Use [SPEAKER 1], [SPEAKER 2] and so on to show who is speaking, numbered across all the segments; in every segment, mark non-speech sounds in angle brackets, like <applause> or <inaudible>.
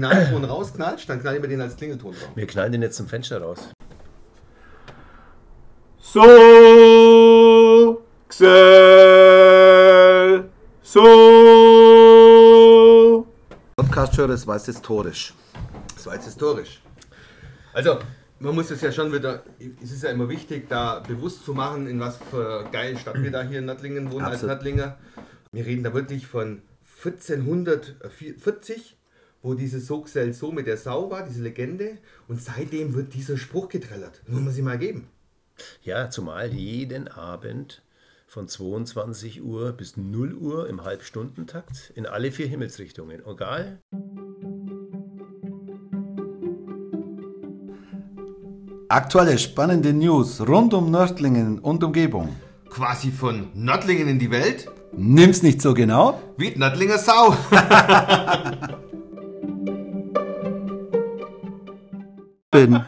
[SPEAKER 1] Knallton rausknallst, dann knallen wir den als Klingelton drauf.
[SPEAKER 2] Wir knallen den jetzt zum Fenster raus.
[SPEAKER 3] So, Xell, so.
[SPEAKER 4] Podcast-Hörer, es war jetzt historisch.
[SPEAKER 1] Das war jetzt historisch. Also, man muss es ja schon wieder, es ist ja immer wichtig, da bewusst zu machen, in was für geilen Stadt wir da hier in Nattlingen wohnen als
[SPEAKER 4] Absolut.
[SPEAKER 1] Nattlinger. Wir reden da wirklich von 1440, wo diese Sogsel so mit der Sau war, diese Legende. Und seitdem wird dieser Spruch getrellert. Muss man sie mal geben.
[SPEAKER 2] Ja, zumal jeden Abend von 22 Uhr bis 0 Uhr im Halbstundentakt in alle vier Himmelsrichtungen. Egal.
[SPEAKER 4] Aktuelle spannende News rund um Nördlingen und Umgebung.
[SPEAKER 1] Quasi von Nattlingen in die Welt,
[SPEAKER 4] Nimm's nicht so genau.
[SPEAKER 1] wie die Nattlinger Sau.
[SPEAKER 4] Bin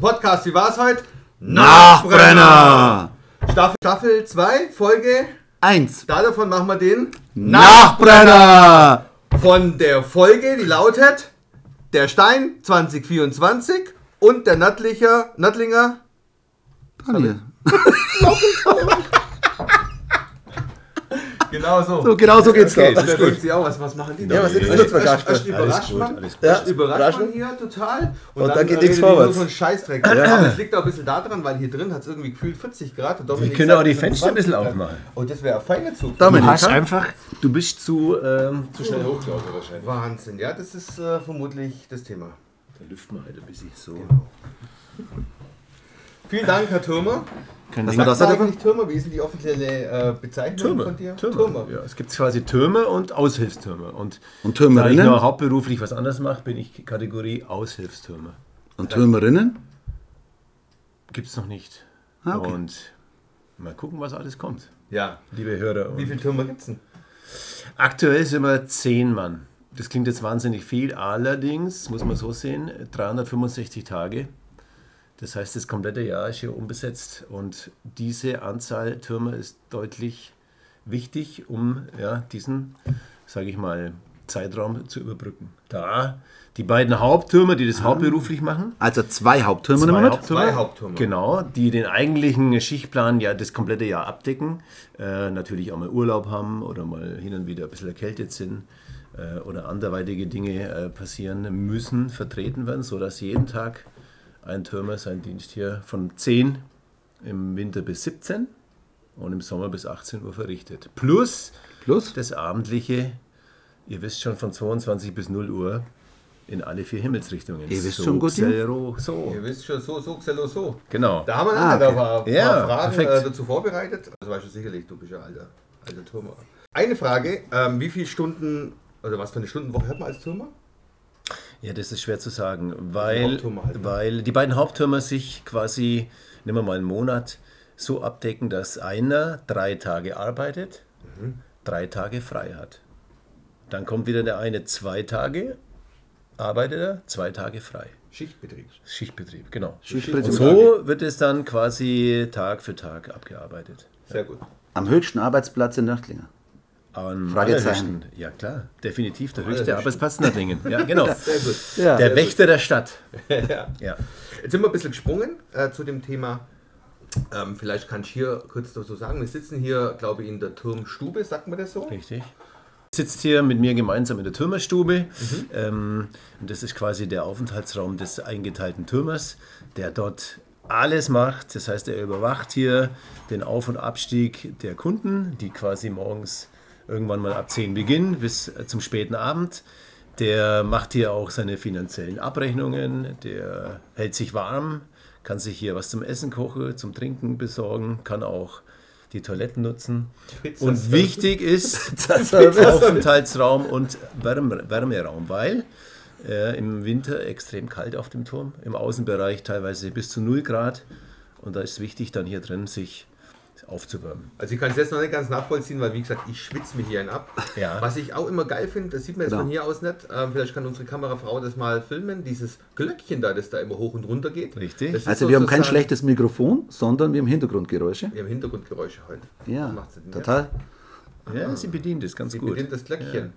[SPEAKER 1] Podcast, wie war's heute?
[SPEAKER 4] Nachbrenner!
[SPEAKER 1] Staffel- Staffel 2, Folge.
[SPEAKER 4] Eins.
[SPEAKER 1] Da davon machen wir den
[SPEAKER 4] Nachbrenner!
[SPEAKER 1] von der Folge, die lautet Der Stein 2024 und der Nattlicher, Nattlinger.
[SPEAKER 4] Daniel.
[SPEAKER 1] Genau so.
[SPEAKER 4] So, genau so geht's
[SPEAKER 2] Okay,
[SPEAKER 4] da.
[SPEAKER 2] das
[SPEAKER 1] Da
[SPEAKER 2] ist
[SPEAKER 1] denkt sie auch, was, was machen die da?
[SPEAKER 4] Ja, was ist
[SPEAKER 1] Erst-
[SPEAKER 4] das für
[SPEAKER 1] erst-
[SPEAKER 4] Gasper?
[SPEAKER 1] erst
[SPEAKER 2] Alles
[SPEAKER 1] überrascht
[SPEAKER 2] gut,
[SPEAKER 1] man,
[SPEAKER 2] alles gut.
[SPEAKER 1] erst
[SPEAKER 4] Ja,
[SPEAKER 1] überrascht man
[SPEAKER 4] überraschen.
[SPEAKER 1] hier total
[SPEAKER 4] dann
[SPEAKER 1] und,
[SPEAKER 4] geht
[SPEAKER 1] reden
[SPEAKER 4] nichts
[SPEAKER 1] die nur
[SPEAKER 4] vorwärts.
[SPEAKER 1] So ein Scheißdreck. Aber es liegt auch ein bisschen daran, weil hier drin hat es irgendwie gefühlt 40 Grad. Und Dominik
[SPEAKER 2] Wir können
[SPEAKER 1] sagt,
[SPEAKER 2] auch die
[SPEAKER 1] es sind
[SPEAKER 2] Fenster ein bisschen
[SPEAKER 1] 20 Grad.
[SPEAKER 2] aufmachen.
[SPEAKER 1] Und Oh, das wäre ein feiner Zug.
[SPEAKER 4] Dominik.
[SPEAKER 2] hast einfach, du bist zu, ähm, zu schnell hoch, glaube ich, wahrscheinlich.
[SPEAKER 1] Wahnsinn, ja, das ist äh, vermutlich das Thema.
[SPEAKER 2] Dann lüften wir halt ein bisschen so.
[SPEAKER 1] Vielen Dank, Herr Türmer.
[SPEAKER 4] Dass wir das
[SPEAKER 1] Sag
[SPEAKER 4] einfach.
[SPEAKER 1] nicht Türmer, wie ist denn die offizielle äh, Bezeichnung von dir?
[SPEAKER 2] Türme. Türme. Ja, es gibt quasi Türme und Aushilfstürme. Und,
[SPEAKER 4] Und
[SPEAKER 2] da ich
[SPEAKER 4] Türmerinnen?
[SPEAKER 2] nur hauptberuflich was anderes mache, bin ich Kategorie Aushilfstürme.
[SPEAKER 4] Und Türmerinnen?
[SPEAKER 2] Gibt es noch nicht.
[SPEAKER 4] Ah, okay.
[SPEAKER 2] Und mal gucken, was alles kommt.
[SPEAKER 1] Ja.
[SPEAKER 2] Liebe Hörer. und-
[SPEAKER 1] Wie viele Türmer gibt's denn?
[SPEAKER 2] Aktuell sind wir 10 Mann. Das klingt jetzt wahnsinnig viel, allerdings muss man so sehen, 365 Tage. Das heißt, das komplette Jahr ist hier unbesetzt und diese Anzahl Türme ist deutlich wichtig, um ja, diesen, sage ich mal, Zeitraum zu überbrücken. Da die beiden Haupttürme, die das hauptberuflich machen,
[SPEAKER 4] Also zwei Haupttürmer nehmen wir mit.
[SPEAKER 2] Haupttürme,
[SPEAKER 1] Zwei Haupttürme.
[SPEAKER 2] Genau, die den eigentlichen Schichtplan ja das komplette Jahr abdecken. Äh, natürlich auch mal Urlaub haben oder mal hin und wieder ein bisschen erkältet sind äh, oder anderweitige Dinge äh, passieren müssen, vertreten werden, sodass jeden Tag ein Türmer seinen Dienst hier von 10 im Winter bis 17 und im Sommer bis 18 Uhr verrichtet. Plus
[SPEAKER 4] Plus.
[SPEAKER 2] das abendliche, ihr wisst schon, von 22 bis 0 Uhr in alle vier Himmelsrichtungen.
[SPEAKER 4] Ihr wisst
[SPEAKER 2] so,
[SPEAKER 4] schon, Gutti?
[SPEAKER 2] Xero, so.
[SPEAKER 1] Ihr wisst schon, so, so, so, so.
[SPEAKER 2] Genau.
[SPEAKER 1] Da haben wir
[SPEAKER 4] Ah,
[SPEAKER 1] ah,
[SPEAKER 4] okay.
[SPEAKER 1] paar,
[SPEAKER 2] Ja,
[SPEAKER 1] paar Fragen
[SPEAKER 2] perfekt.
[SPEAKER 1] äh, dazu vorbereitet. Also weißt du sicherlich, du bist ja alter, alter Türmer. Eine Frage, ähm, wie viele Stunden, oder was für eine Stundenwoche hört man als Türmer?
[SPEAKER 2] Ja, das ist schwer zu sagen,
[SPEAKER 1] Die
[SPEAKER 2] weil,
[SPEAKER 1] Haupttürme halt, ne?
[SPEAKER 2] weil die beiden Haupttürme sich quasi, nehmen wir mal einen Monat, so abdecken, dass einer drei Tage arbeitet,
[SPEAKER 1] Mhm.
[SPEAKER 2] drei Tage frei hat. Dann kommt wieder der eine zwei Tage, arbeitet er, zwei Tage frei.
[SPEAKER 1] Schichtbetrieb.
[SPEAKER 2] Schichtbetrieb, genau.
[SPEAKER 4] Schichtbetrieb.
[SPEAKER 2] Und so wird es dann quasi Tag für Tag abgearbeitet.
[SPEAKER 1] Sehr gut.
[SPEAKER 4] Am höchsten Arbeitsplatz in Nördlingen.
[SPEAKER 2] Am
[SPEAKER 4] Fragezeichen.
[SPEAKER 2] allerhöchsten- Ja klar, definitiv der höchste,
[SPEAKER 1] allerhöchsten.
[SPEAKER 2] aber es passt nach Dingen.
[SPEAKER 1] <laughs>
[SPEAKER 2] Ja, genau.
[SPEAKER 1] Sehr gut.
[SPEAKER 4] Ja.
[SPEAKER 2] Der Wächter der Stadt.
[SPEAKER 1] ja.
[SPEAKER 2] Ja.
[SPEAKER 1] Jetzt sind wir ein bisschen gesprungen äh, zu dem Thema. Ähm, vielleicht kann ich hier kurz dazu sagen, wir sitzen hier, glaube ich, in der Turmstube, sagt man das so?
[SPEAKER 2] Richtig. Sitzt hier mit mir gemeinsam in der Türmerstube. Ähm, und das ist quasi der Aufenthaltsraum des eingeteilten Türmers, der dort alles macht. Das heißt, er überwacht hier den Auf- und Abstieg der Kunden, die quasi morgens irgendwann mal ab 10 beginnen bis äh, zum späten Abend. Der macht hier auch seine finanziellen Abrechnungen, der hält sich warm, kann sich hier was zum Essen kochen, zum Trinken besorgen, kann auch die Toiletten nutzen.
[SPEAKER 1] Pizza
[SPEAKER 2] Und
[SPEAKER 1] Service.
[SPEAKER 2] wichtig <laughs> ist der Aufenthaltsraum und Wärme, Wärmeraum, weil äh, im Winter extrem kalt auf dem Turm, im Außenbereich teilweise bis zu 0 Grad. Und da ist wichtig, dann hier drin sich aufzuwärmen.
[SPEAKER 1] Also ich kann es jetzt noch nicht ganz nachvollziehen, weil wie gesagt, ich schwitze mir hier einen ab.
[SPEAKER 2] Ja.
[SPEAKER 1] Was ich auch immer geil finde, das sieht man jetzt
[SPEAKER 4] Genau.
[SPEAKER 1] von hier aus nicht, ähm, vielleicht kann unsere Kamerafrau das mal filmen, dieses Glöckchen da, das da immer hoch und runter geht.
[SPEAKER 2] Richtig.
[SPEAKER 1] Das ist
[SPEAKER 4] Also wir haben kein
[SPEAKER 1] sozusagen-
[SPEAKER 4] schlechtes Mikrofon, sondern wir haben Hintergrundgeräusche.
[SPEAKER 1] Wir haben Hintergrundgeräusche heute.
[SPEAKER 4] Ja,
[SPEAKER 1] Das macht's nicht mehr.
[SPEAKER 4] total.
[SPEAKER 2] Ja, Ah. sie bedient es ganz
[SPEAKER 1] Sie
[SPEAKER 2] gut.
[SPEAKER 1] bedient das Glöckchen.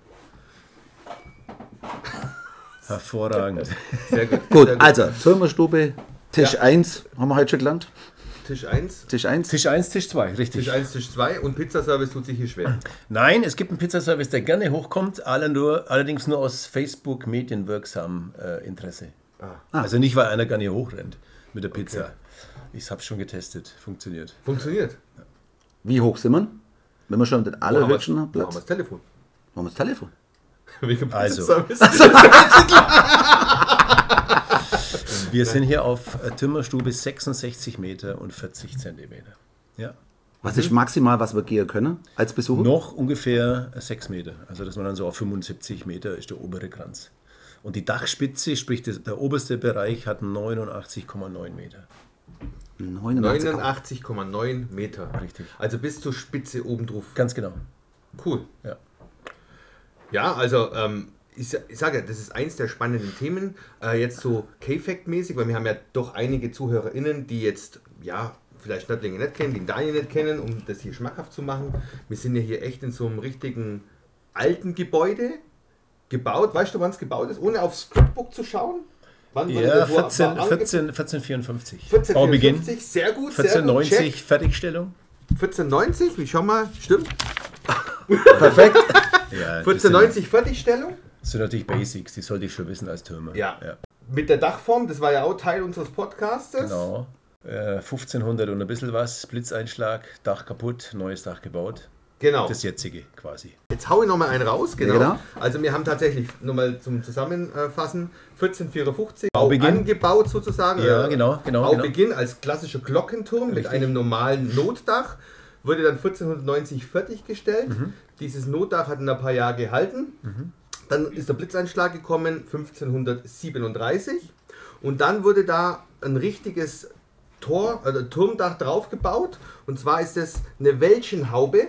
[SPEAKER 2] Hervorragend.
[SPEAKER 1] Sehr gut.
[SPEAKER 3] Gut,
[SPEAKER 1] Sehr gut.
[SPEAKER 3] also Türmerstube, Tisch 1 haben wir heute schon gelernt.
[SPEAKER 1] Tisch 1,
[SPEAKER 3] Tisch
[SPEAKER 2] <laughs>
[SPEAKER 3] 1.
[SPEAKER 2] Tisch 1, Tisch 2, richtig.
[SPEAKER 1] Tisch 1, Tisch 2 und Pizzaservice tut sich hier schwer.
[SPEAKER 2] Nein, es gibt einen Pizzaservice, der gerne hochkommt, alle nur, allerdings nur aus Facebook medienwirksamem äh, Interesse. Also nicht, weil einer gar nicht hochrennt mit der Pizza. Ich habe schon getestet, funktioniert.
[SPEAKER 1] Funktioniert.
[SPEAKER 3] Wie hoch sind wir? Wenn wir schon den
[SPEAKER 1] Wo haben wir's-
[SPEAKER 3] allerhöchsten
[SPEAKER 1] wo haben wir
[SPEAKER 3] Platz
[SPEAKER 1] das Telefon? <laughs>
[SPEAKER 3] haben, wir das Telefon.
[SPEAKER 1] Wegen
[SPEAKER 2] Also.
[SPEAKER 1] Pizzaservice.
[SPEAKER 2] Wir sind hier auf äh, Timmerstube 66 Meter und 40 Zentimeter. Ja.
[SPEAKER 3] Was ist maximal, was wir gehen können als Besucher?
[SPEAKER 2] Noch ungefähr 6 Meter. Also, dass man dann so auf 75 Meter ist der obere Kranz. Und die Dachspitze, sprich das, der oberste Bereich, hat 89,9 Meter.
[SPEAKER 3] 89.
[SPEAKER 1] 89,9 Meter.
[SPEAKER 2] Richtig.
[SPEAKER 1] Also bis zur Spitze oben drauf.
[SPEAKER 2] Ganz genau.
[SPEAKER 1] Cool.
[SPEAKER 2] Ja.
[SPEAKER 1] Ja, also ähm, ich, sa- ich sage, ja, das ist eins der spannenden Themen. Äh, jetzt so K-Fact-mäßig, weil wir haben ja doch einige ZuhörerInnen, die jetzt, ja, vielleicht Nördlinge nicht kennen, die Daniel nicht kennen, um das hier schmackhaft zu machen. Wir sind ja hier echt in so einem richtigen alten Gebäude gebaut. Weißt du, wann es gebaut ist, ohne aufs Cookbook zu schauen? Wann wann
[SPEAKER 2] Ja,
[SPEAKER 1] der Ur-
[SPEAKER 2] 14,
[SPEAKER 1] war ange-
[SPEAKER 2] 14, 1454.
[SPEAKER 1] 14,
[SPEAKER 2] Baubeginn.
[SPEAKER 1] 1454, sehr gut, sehr gut.
[SPEAKER 2] 1490
[SPEAKER 1] check.
[SPEAKER 2] Fertigstellung.
[SPEAKER 1] 1490, wie schau mal, stimmt.
[SPEAKER 3] Perfekt.
[SPEAKER 2] Ja, das
[SPEAKER 1] 1490 Fertigstellung.
[SPEAKER 2] Sind, das sind natürlich Basics, die sollte ich schon wissen als Türmer.
[SPEAKER 1] Ja. Mit der Dachform, das war ja auch Teil unseres Podcastes.
[SPEAKER 2] Genau. Äh, 1500 und ein bisschen was, Blitzeinschlag, Dach kaputt, neues Dach gebaut.
[SPEAKER 1] Genau.
[SPEAKER 2] Das jetzige quasi.
[SPEAKER 1] Jetzt hau ich nochmal einen raus, genau.
[SPEAKER 3] Ja, genau.
[SPEAKER 1] Also wir haben tatsächlich, nochmal zum Zusammenfassen, 1454
[SPEAKER 2] Baubeginn.
[SPEAKER 1] angebaut sozusagen.
[SPEAKER 2] Ja,
[SPEAKER 1] äh,
[SPEAKER 2] genau, genau,
[SPEAKER 1] Baubeginn als klassischer Glockenturm mit
[SPEAKER 2] Richtig.
[SPEAKER 1] einem normalen Notdach. Wurde dann 1490 fertiggestellt.
[SPEAKER 2] Mhm.
[SPEAKER 1] Dieses Notdach hat in ein paar Jahren gehalten. Dann ist der Blitzeinschlag gekommen, 1537. Und dann wurde da ein richtiges Tor, also Turmdach draufgebaut. Und zwar ist es eine Welschenhaube.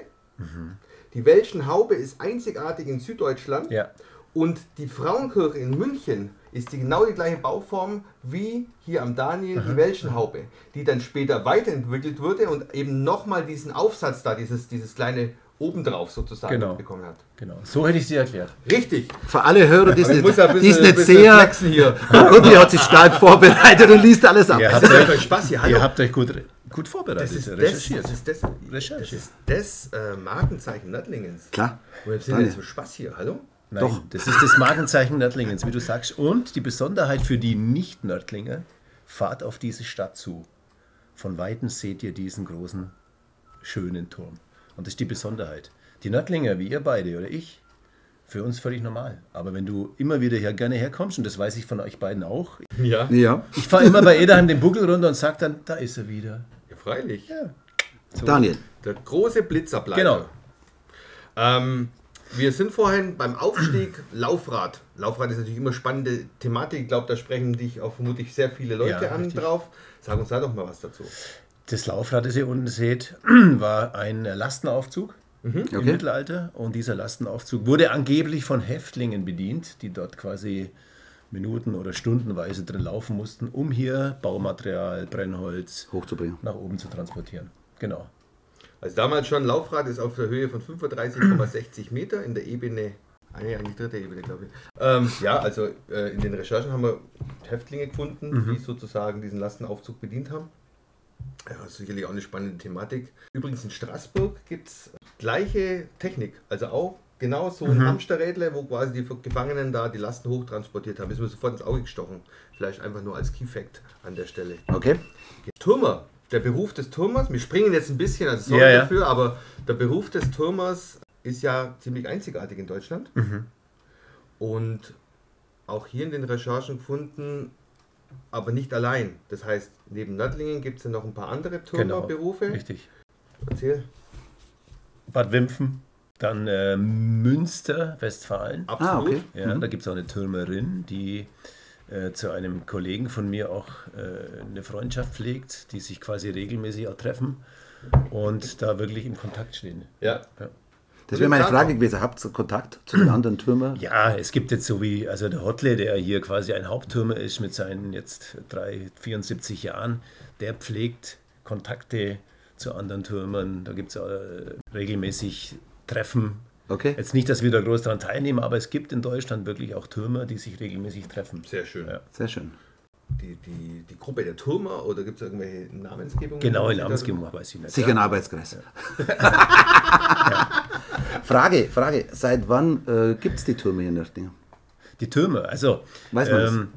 [SPEAKER 1] Die Welschenhaube ist einzigartig in Süddeutschland.
[SPEAKER 2] Ja.
[SPEAKER 1] Und die Frauenkirche in München ist die genau die gleiche Bauform wie hier am Daniel die Welschenhaube, die dann später weiterentwickelt wurde und eben nochmal diesen Aufsatz da, dieses, dieses kleine obendrauf sozusagen
[SPEAKER 2] Genau.
[SPEAKER 1] bekommen hat.
[SPEAKER 2] Genau. So hätte ich sie erklärt.
[SPEAKER 1] Richtig.
[SPEAKER 3] Für alle Hörer, die es
[SPEAKER 1] Ich muss
[SPEAKER 3] nicht,
[SPEAKER 1] ja ein
[SPEAKER 3] die es
[SPEAKER 1] bisschen,
[SPEAKER 3] nicht
[SPEAKER 1] bisschen
[SPEAKER 3] sehen,
[SPEAKER 1] flexen hier.
[SPEAKER 3] Rudi hat sich stark vorbereitet und liest alles ab.
[SPEAKER 2] Ihr habt,
[SPEAKER 1] Das ist ja kein
[SPEAKER 2] euch,
[SPEAKER 1] Spaß hier.
[SPEAKER 2] ihr
[SPEAKER 1] Hallo.
[SPEAKER 2] habt euch gut, gut vorbereitet,
[SPEAKER 1] Das ist das,
[SPEAKER 2] recherchiert.
[SPEAKER 1] das, ist das, das,
[SPEAKER 2] Recherche.
[SPEAKER 1] ist das äh, Markenzeichen Nördlingens.
[SPEAKER 3] Klar.
[SPEAKER 1] Und wir sind
[SPEAKER 3] Daniel.
[SPEAKER 1] jetzt so Spaß hier, hallo?
[SPEAKER 2] Nein,
[SPEAKER 3] Doch.
[SPEAKER 2] das ist das Markenzeichen Nördlingens, wie du sagst. Und die Besonderheit für die Nicht-Nördlinger, fahrt auf diese Stadt zu. Von Weitem seht ihr diesen großen, schönen Turm. Und das ist die Besonderheit. Die Nördlinger, wie ihr beide oder ich, für uns völlig normal. Aber wenn du immer wieder hier gerne herkommst, und das weiß ich von euch beiden auch,
[SPEAKER 1] Ja,
[SPEAKER 3] Ja.
[SPEAKER 2] ich fahre immer bei Edaheim den Buckel runter und sage dann, da ist er wieder.
[SPEAKER 1] freilich.
[SPEAKER 3] Daniel,
[SPEAKER 1] Der große Blitzableiter.
[SPEAKER 2] Genau.
[SPEAKER 1] Ähm, wir sind vorhin beim Aufstieg Laufrad. Laufrad ist natürlich immer spannende Thematik. Ich glaube, da sprechen dich auch vermutlich sehr viele Leute
[SPEAKER 2] Ja,
[SPEAKER 1] an
[SPEAKER 2] richtig.
[SPEAKER 1] drauf. Sag uns da doch mal was dazu.
[SPEAKER 2] Das Laufrad, das ihr unten seht, <clears throat> war ein Lastenaufzug im
[SPEAKER 3] Mhm. Okay.
[SPEAKER 2] Mittelalter. Und dieser Lastenaufzug wurde angeblich von Häftlingen bedient, die dort quasi Minuten- oder Stundenweise drin laufen mussten, um hier Baumaterial, Brennholz
[SPEAKER 3] hochzubringen.
[SPEAKER 2] nach oben zu transportieren. Genau.
[SPEAKER 1] Also damals schon, Laufrad ist auf der Höhe von 35,60 Meter in der Ebene, ah nee, eigentlich dritte Ebene, glaube ich. Ähm, ja, also äh, in den Recherchen haben wir Häftlinge gefunden, die sozusagen diesen Lastenaufzug bedient haben. Ja, ist sicherlich auch eine spannende Thematik. Übrigens in Straßburg gibt es gleiche Technik, also auch genau so ein Hamsterrädle, wo quasi die Gefangenen da die Lasten hochtransportiert haben. Ist mir sofort ins Auge gestochen. Vielleicht einfach nur als Key Fact an der Stelle.
[SPEAKER 3] Okay.
[SPEAKER 1] Turmer, der Beruf des Turmers, wir springen jetzt ein bisschen, also sorry
[SPEAKER 2] Ja, ja.
[SPEAKER 1] dafür, aber der Beruf des Turmers ist ja ziemlich einzigartig in Deutschland.
[SPEAKER 2] Mhm.
[SPEAKER 1] Und auch hier in den Recherchen gefunden, aber nicht allein. Das heißt, neben Nördlingen gibt es ja noch ein paar andere
[SPEAKER 2] genau.
[SPEAKER 1] Turmerberufe.
[SPEAKER 2] Richtig.
[SPEAKER 1] Erzähl.
[SPEAKER 2] Bad Wimpfen, dann äh, Münster, Westfalen.
[SPEAKER 1] Absolut.
[SPEAKER 3] Ah, okay.
[SPEAKER 2] Ja, da gibt es auch eine Türmerin, die äh, zu einem Kollegen von mir auch äh, eine Freundschaft pflegt, die sich quasi regelmäßig auch treffen und da wirklich im Kontakt stehen.
[SPEAKER 1] Ja.
[SPEAKER 3] Das wäre meine Frage gewesen. Habt ihr Kontakt zu den anderen Türmen?
[SPEAKER 2] Ja, es gibt jetzt so wie, also der Hotle, der hier quasi ein Haupttürmer ist mit seinen jetzt drei, 74 Jahren, der pflegt Kontakte zu anderen Türmern. Da gibt es äh, regelmäßig Treffen
[SPEAKER 3] Okay.
[SPEAKER 2] Jetzt nicht, dass wir da groß daran teilnehmen, aber es gibt in Deutschland wirklich auch Türmer, die sich regelmäßig treffen.
[SPEAKER 1] Sehr schön.
[SPEAKER 2] Ja.
[SPEAKER 3] Sehr schön.
[SPEAKER 1] Die, die, die Gruppe der Türmer oder gibt es irgendwelche Namensgebungen?
[SPEAKER 2] Genaue
[SPEAKER 1] Die da-
[SPEAKER 2] Genau, Namensgebung weiß ich nicht.
[SPEAKER 3] Äh, Sicher ein Arbeitskreis. <laughs> Frage, Frage. Seit wann äh, gibt es die Türme hier in Nördlingen?
[SPEAKER 2] Die Türme, also
[SPEAKER 3] Weiß man das?
[SPEAKER 1] Ähm.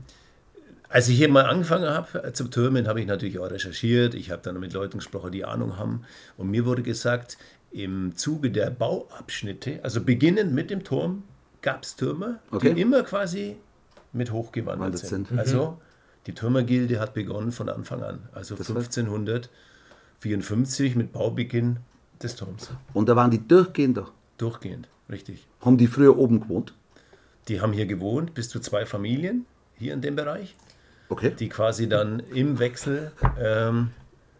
[SPEAKER 2] als ich hier mal angefangen habe äh, zum Türmen, habe ich natürlich auch recherchiert. Ich habe dann mit Leuten gesprochen, die Ahnung haben. Und mir wurde gesagt, im Zuge der Bauabschnitte, also beginnend mit dem Turm, gab es Türme,
[SPEAKER 3] Okay.
[SPEAKER 2] die immer quasi mit hochgewandert
[SPEAKER 3] Wandert
[SPEAKER 2] sind.
[SPEAKER 3] sind. Mhm.
[SPEAKER 2] Also die Türmergilde hat begonnen von Anfang an, also
[SPEAKER 3] heißt-
[SPEAKER 2] 1554 mit Baubeginn des Turms.
[SPEAKER 3] Und da waren die durchgehend doch.
[SPEAKER 2] Durchgehend, richtig.
[SPEAKER 3] Haben die früher oben gewohnt?
[SPEAKER 2] Die haben hier gewohnt, bis zu zwei Familien hier in dem Bereich,
[SPEAKER 3] Okay.
[SPEAKER 2] die quasi dann im Wechsel ähm,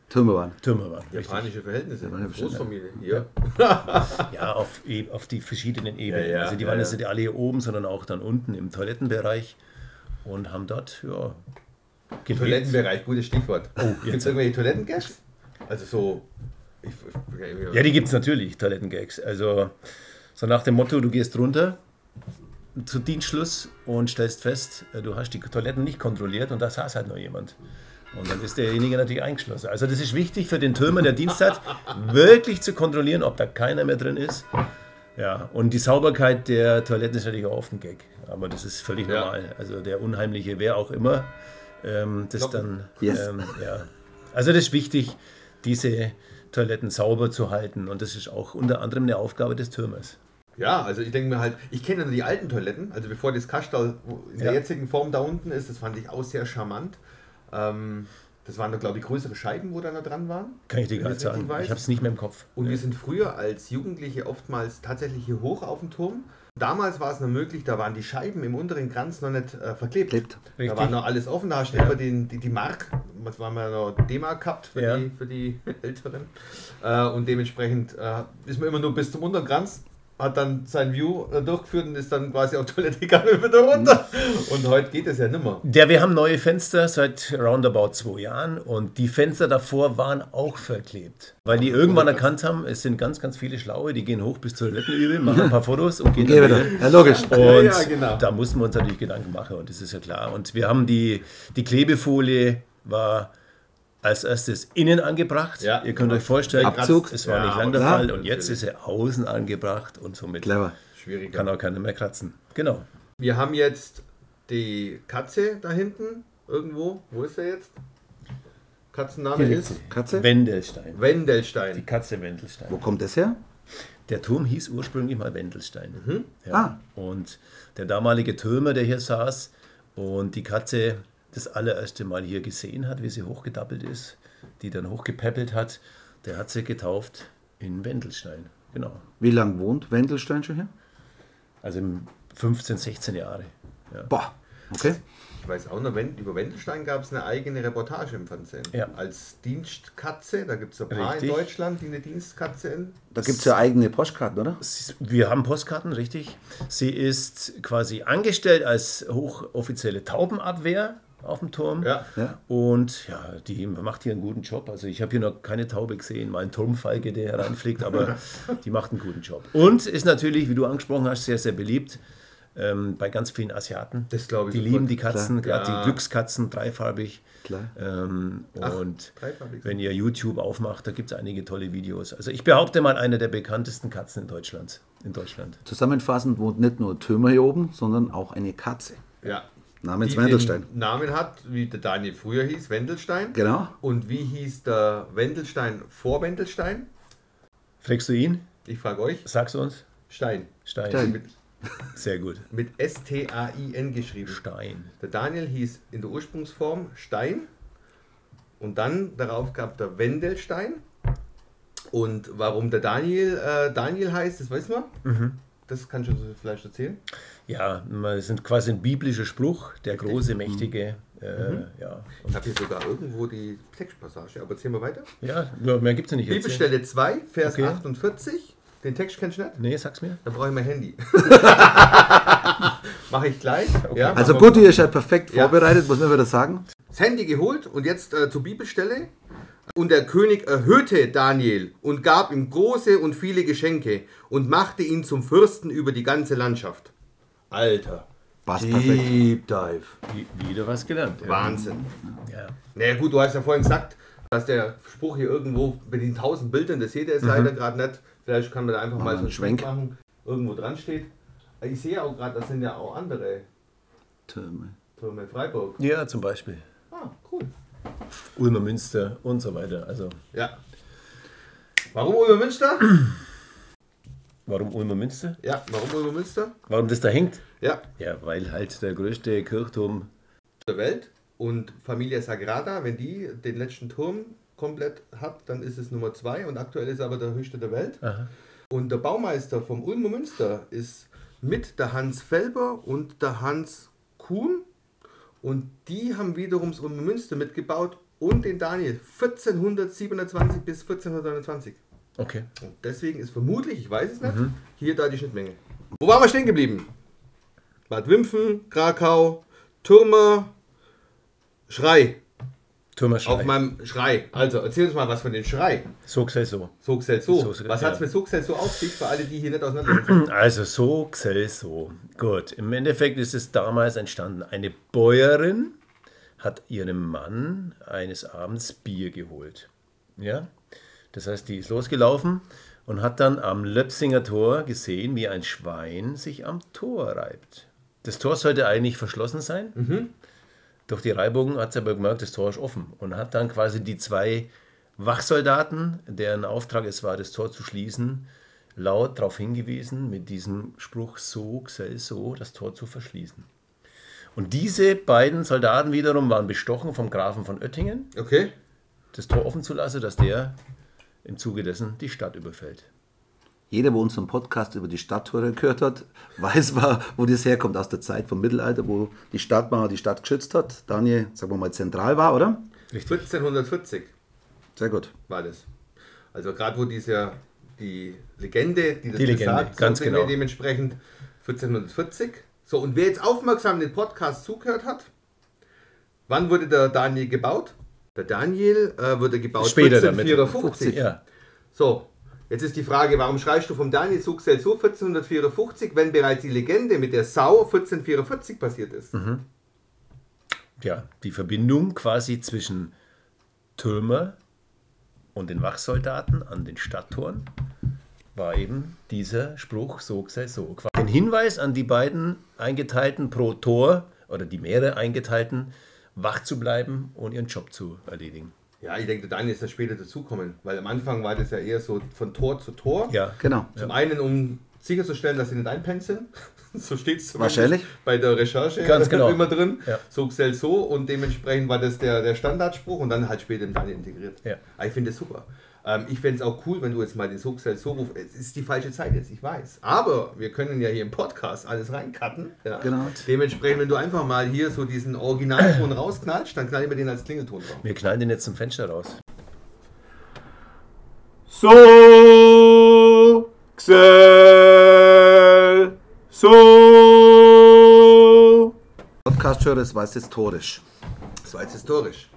[SPEAKER 3] Türme waren.
[SPEAKER 2] Türme waren. Richtig.
[SPEAKER 1] Japanische Verhältnisse, Großfamilie. Ja.
[SPEAKER 2] Ja, auf, e- auf die verschiedenen Ebenen.
[SPEAKER 1] Ja, ja,
[SPEAKER 2] also die
[SPEAKER 1] ja,
[SPEAKER 2] waren
[SPEAKER 1] ja.
[SPEAKER 2] jetzt nicht alle hier oben, sondern auch dann unten im Toilettenbereich und haben dort, ja, gelebt.
[SPEAKER 1] Toilettenbereich, gutes Stichwort. Oh,
[SPEAKER 2] jetzt.
[SPEAKER 1] gibt es irgendwelche Toilettengags? Also so. Ich, ich,
[SPEAKER 2] Ja, die gibt es natürlich, Toilettengags. Also so nach dem Motto, du gehst runter zu Dienstschluss und stellst fest, äh, du hast die Toiletten nicht kontrolliert und da saß halt noch jemand. Und dann ist derjenige natürlich eingeschlossen. Also das ist wichtig für den Türmer, der Dienst hat, wirklich zu kontrollieren, ob da keiner mehr drin ist. Ja, und die Sauberkeit der Toiletten ist natürlich auch oft ein Gag. Aber das ist völlig
[SPEAKER 1] Ja.
[SPEAKER 2] normal. Also der Unheimliche, wer auch immer, ähm, das dann...
[SPEAKER 3] Yes.
[SPEAKER 2] Ähm, ja. Also das ist wichtig, diese Toiletten sauber zu halten. Und das ist auch unter anderem eine Aufgabe des Türmers.
[SPEAKER 1] Ja, also ich denke mir halt, ich kenne nur die alten Toiletten, also bevor das Kastal in der
[SPEAKER 2] Ja.
[SPEAKER 1] jetzigen Form da unten ist, das fand ich auch sehr charmant. Ähm, das waren doch, glaube ich, größere Scheiben, wo da noch dran waren.
[SPEAKER 2] Kann ich dir
[SPEAKER 1] Wenn
[SPEAKER 2] gar
[SPEAKER 1] ich's
[SPEAKER 2] nicht sagen.
[SPEAKER 1] richtig weiß.
[SPEAKER 2] Ich habe es nicht mehr im Kopf.
[SPEAKER 1] Und wir sind früher als Jugendliche oftmals tatsächlich hier hoch auf dem Turm. Damals war es noch möglich, da waren die Scheiben im unteren Kranz noch nicht äh, verklebt.
[SPEAKER 3] Klebt.
[SPEAKER 2] Richtig.
[SPEAKER 1] Da war noch alles offen, da hast du immer den, die, die Mark, was war mal noch D-Mark gehabt für,
[SPEAKER 2] Ja.
[SPEAKER 1] die, für die <laughs> Älteren. Äh, und dementsprechend äh, ist man immer nur bis zum unteren Kranz, hat dann sein View äh, durchgeführt und ist dann quasi auf Toilette <laughs> gegangen und wieder runter. Und heute geht es ja nimmer.
[SPEAKER 2] Der, wir haben neue Fenster seit roundabout zwei Jahren und die Fenster davor waren auch verklebt. Weil die irgendwann erkannt haben, es sind ganz, ganz viele Schlaue, die gehen hoch bis zur Toilettenübel, machen ein paar Fotos und gehen Oh.
[SPEAKER 3] Geh
[SPEAKER 2] dann
[SPEAKER 3] wieder.
[SPEAKER 2] wieder.
[SPEAKER 3] Ja, logisch.
[SPEAKER 2] Und
[SPEAKER 1] Ja, ja, genau.
[SPEAKER 2] da mussten wir uns natürlich Gedanken machen und das ist ja klar. Und wir haben die, die Klebefolie war als erstes innen angebracht.
[SPEAKER 1] Ja,
[SPEAKER 2] Ihr könnt euch vorstellen,
[SPEAKER 3] Abzug.
[SPEAKER 2] es war
[SPEAKER 1] Ja,
[SPEAKER 2] nicht lang der
[SPEAKER 3] klar.
[SPEAKER 2] Fall und jetzt ist sie außen angebracht und somit
[SPEAKER 3] Clever.
[SPEAKER 1] Schwierig.
[SPEAKER 2] kann auch keiner mehr kratzen. Genau.
[SPEAKER 1] Wir haben jetzt die Katze da hinten irgendwo. Wo ist er jetzt? Katzenname ist
[SPEAKER 3] Katze?
[SPEAKER 2] Wendelstein. Die
[SPEAKER 1] Wendelstein.
[SPEAKER 2] Katze Wendelstein.
[SPEAKER 3] Wo kommt das her?
[SPEAKER 2] Der Turm hieß ursprünglich mal Wendelstein.
[SPEAKER 3] Ah.
[SPEAKER 2] Ja. Und der damalige Türmer, der hier saß und die Katze das allererste Mal hier gesehen hat, wie sie hochgedappelt ist, die dann hochgepäppelt hat, der hat sie getauft in Wendelstein. Genau.
[SPEAKER 3] Wie lange wohnt Wendelstein schon hier?
[SPEAKER 2] Also im 15, 16 Jahre. Ja.
[SPEAKER 3] Boah. Okay.
[SPEAKER 1] Ich weiß auch noch, Wend- über Wendelstein gab es eine eigene Reportage im Fernsehen.
[SPEAKER 2] Ja.
[SPEAKER 1] Als Dienstkatze, da gibt es ein paar
[SPEAKER 2] Richtig.
[SPEAKER 1] in Deutschland, die eine Dienstkatze in.
[SPEAKER 3] Da gibt es ja eigene Postkarten, oder?
[SPEAKER 2] Sie ist- Wir haben Postkarten, richtig. Sie ist quasi angestellt als hochoffizielle Taubenabwehr auf dem Turm.
[SPEAKER 1] Ja.
[SPEAKER 3] Ja.
[SPEAKER 2] Und ja, die macht hier einen guten Job. Also ich habe hier noch keine Taube gesehen, mal einen Turmfeige, der
[SPEAKER 1] <laughs>
[SPEAKER 2] hereinfliegt, aber die macht einen guten Job. Und ist natürlich, wie du angesprochen hast, sehr, sehr beliebt ähm, bei ganz vielen Asiaten.
[SPEAKER 1] Das glaub ich
[SPEAKER 2] Die
[SPEAKER 1] sofort.
[SPEAKER 2] lieben die Katzen, gerade
[SPEAKER 1] Ja.
[SPEAKER 2] die Glückskatzen, dreifarbig.
[SPEAKER 3] Klar.
[SPEAKER 2] Ähm,
[SPEAKER 1] Ach,
[SPEAKER 2] und
[SPEAKER 1] dreifarbig.
[SPEAKER 2] wenn ihr YouTube aufmacht, da gibt es einige tolle Videos. Also ich behaupte mal, eine der bekanntesten Katzen in Deutschland. In Deutschland.
[SPEAKER 3] Zusammenfassend wohnt nicht nur Türmer hier oben, sondern auch eine Katze.
[SPEAKER 1] Ja.
[SPEAKER 3] Namens
[SPEAKER 1] Die
[SPEAKER 3] Wendelstein.
[SPEAKER 1] den Namen hat, wie der Daniel früher hieß, Wendelstein.
[SPEAKER 3] Genau.
[SPEAKER 1] Und wie hieß der Wendelstein vor Wendelstein?
[SPEAKER 2] Fragst du ihn?
[SPEAKER 1] Ich frage euch.
[SPEAKER 2] Sag's uns.
[SPEAKER 1] Stein.
[SPEAKER 2] Stein.
[SPEAKER 3] Stein.
[SPEAKER 1] Mit,
[SPEAKER 2] Sehr gut.
[SPEAKER 1] mit S-T-A-I-N geschrieben.
[SPEAKER 2] Stein.
[SPEAKER 1] Der Daniel hieß in der Ursprungsform Stein und dann darauf gab der Wendelstein. Und warum der Daniel äh, Daniel heißt, das weiß man. Das kannst du vielleicht erzählen.
[SPEAKER 2] Ja, es sind quasi ein biblischer Spruch, der große, mächtige. Äh, ja.
[SPEAKER 1] Ich habe hier sogar irgendwo die Textpassage, aber erzähl mal weiter.
[SPEAKER 2] ja, nur mehr gibt's ja nicht jetzt.
[SPEAKER 1] Bibelstelle 2, Vers
[SPEAKER 2] Okay.
[SPEAKER 1] 48. Den Text kennst du nicht?
[SPEAKER 2] Nee, sag's mir.
[SPEAKER 1] Da brauche ich mein Handy. Mache ich gleich. Ja,
[SPEAKER 3] Also
[SPEAKER 1] machen wir-
[SPEAKER 3] gut, ihr seid perfekt
[SPEAKER 1] Ja.
[SPEAKER 3] vorbereitet, muss man wieder sagen.
[SPEAKER 1] das Handy geholt und jetzt äh, zur Bibelstelle. Und der König erhöhte Daniel und gab ihm große und viele Geschenke und machte ihn zum Fürsten über die ganze Landschaft. Alter.
[SPEAKER 3] Passt perfekt.
[SPEAKER 1] Deep Dive.
[SPEAKER 2] Wieder was gelernt. Ja.
[SPEAKER 1] Wahnsinn.
[SPEAKER 2] Ja.
[SPEAKER 1] Naja gut, du hast ja vorhin gesagt, dass der Spruch hier irgendwo mit den tausend Bildern, das seht ihr jetzt leider gerade nicht. Vielleicht kann man da einfach mal so einen Schwenk
[SPEAKER 3] Schwenk.
[SPEAKER 1] Mhm. machen, irgendwo dran steht. Ich sehe auch gerade, das sind ja auch andere
[SPEAKER 3] Türme.
[SPEAKER 1] Türme Freiburg.
[SPEAKER 2] ja, zum Beispiel.
[SPEAKER 1] Ah, cool.
[SPEAKER 2] Ulmer Münster und so weiter. Also,
[SPEAKER 1] Ja. Warum Ulmer Münster?
[SPEAKER 2] warum Ulmer Münster?
[SPEAKER 1] Ja, warum Ulmer Münster?
[SPEAKER 2] Warum das da hängt?
[SPEAKER 1] Ja,
[SPEAKER 2] Ja, weil halt der größte Kirchturm
[SPEAKER 1] der Welt. Und Familia Sagrada, wenn die den letzten Turm komplett hat, dann ist es Nummer zwei und aktuell ist er aber der höchste der Welt. Und der Baumeister vom Ulmer Münster ist mit der Hans Felber und der Hans Kuhn. Und die haben wiederum das Ulmer Münster mitgebaut und den Daniel 1427 bis 1429.
[SPEAKER 2] Okay.
[SPEAKER 1] Und deswegen ist vermutlich, ich weiß es nicht, hier da die Schnittmenge. Wo waren wir stehen geblieben? Bad Wimpfen, Krakau, Türmer, Schrei. Auf
[SPEAKER 2] Türmerschrei.
[SPEAKER 1] meinem Schrei. Also erzähl uns mal was von dem Schrei.
[SPEAKER 2] So gesagt so.
[SPEAKER 1] Soxel so.
[SPEAKER 2] Soxel,
[SPEAKER 1] was hat es
[SPEAKER 2] ja.
[SPEAKER 1] mit Soxel so auf sich für alle, die hier nicht auseinander
[SPEAKER 2] Also so gesell so. Gut, im Endeffekt ist es damals entstanden. Eine Bäuerin hat ihrem Mann eines Abends Bier geholt. Ja, das heißt, die ist losgelaufen und hat dann am Löpsinger Tor gesehen, wie ein Schwein sich am Tor reibt. Das Tor sollte eigentlich verschlossen sein. Durch die Reibung hat sie aber gemerkt, das Tor ist offen und hat dann quasi die zwei Wachsoldaten, deren Auftrag es war, das Tor zu schließen, laut darauf hingewiesen, mit diesem Spruch so, gsell so, das Tor zu verschließen. Und diese beiden Soldaten wiederum waren bestochen vom Grafen von Oettingen,
[SPEAKER 1] Okay.
[SPEAKER 2] das Tor offen zu lassen, dass der im Zuge dessen die Stadt überfällt.
[SPEAKER 3] Jeder, wo unseren Podcast über die Stadttore gehört hat, <laughs> weiß mal, wo das herkommt aus der Zeit vom Mittelalter, wo die Stadtmauer die Stadt geschützt hat. Daniel, sagen wir mal, zentral war, oder?
[SPEAKER 1] 1440
[SPEAKER 3] Sehr gut.
[SPEAKER 1] war das. Also gerade wo dieser die Legende, die das
[SPEAKER 2] Die Legende,
[SPEAKER 1] besagt,
[SPEAKER 2] ganz
[SPEAKER 1] sind
[SPEAKER 2] genau.
[SPEAKER 1] wir dementsprechend 1440. So, und wer jetzt aufmerksam den Podcast zugehört hat, wann wurde der Daniel gebaut? Der Daniel äh, wurde gebaut
[SPEAKER 2] Später damit.
[SPEAKER 1] 1454.
[SPEAKER 2] Ja,
[SPEAKER 1] So, jetzt ist die Frage, warum schreist du vom Daniel Suchsel so 1454, wenn bereits die Legende mit der Sau 1444 passiert ist?
[SPEAKER 2] Mhm. ja, die Verbindung quasi zwischen Türmer und den Wachsoldaten an den Stadttoren war eben dieser Spruch so sei so. Ein Hinweis an die beiden eingeteilten pro Tor oder die mehrere eingeteilten, wach zu bleiben und ihren Job zu erledigen.
[SPEAKER 1] Ja, ich denke, der Daniel ist da später dazukommen, weil am Anfang war das ja eher so von Tor zu Tor.
[SPEAKER 2] Ja,
[SPEAKER 3] Genau.
[SPEAKER 1] Zum einen, um sicherzustellen, dass sie nicht einpenseln. <laughs> So steht es
[SPEAKER 3] Wahrscheinlich.
[SPEAKER 1] bei der Recherche
[SPEAKER 2] Ganz genau.
[SPEAKER 1] immer drin.
[SPEAKER 2] Ja.
[SPEAKER 1] So gesell so und dementsprechend war das der, der Standardspruch und dann halt später im Daniel integriert.
[SPEAKER 2] Ja.
[SPEAKER 1] Aber ich finde es super. Ähm, ich fände es auch cool, wenn du jetzt mal den so gesell so ruf. Es ist die falsche Zeit jetzt, ich weiß. Aber wir können ja hier im Podcast alles reincutten. Ja.
[SPEAKER 3] Genau.
[SPEAKER 1] Dementsprechend, wenn du einfach mal hier so diesen Originalton rausknallst, dann knallen wir den als Klingelton drauf.
[SPEAKER 2] wir knallen den jetzt zum Fenster raus.
[SPEAKER 5] So, Xel, so.
[SPEAKER 3] Podcast-Hörer, das weiß jetzt torisch.
[SPEAKER 1] Das war jetzt historisch.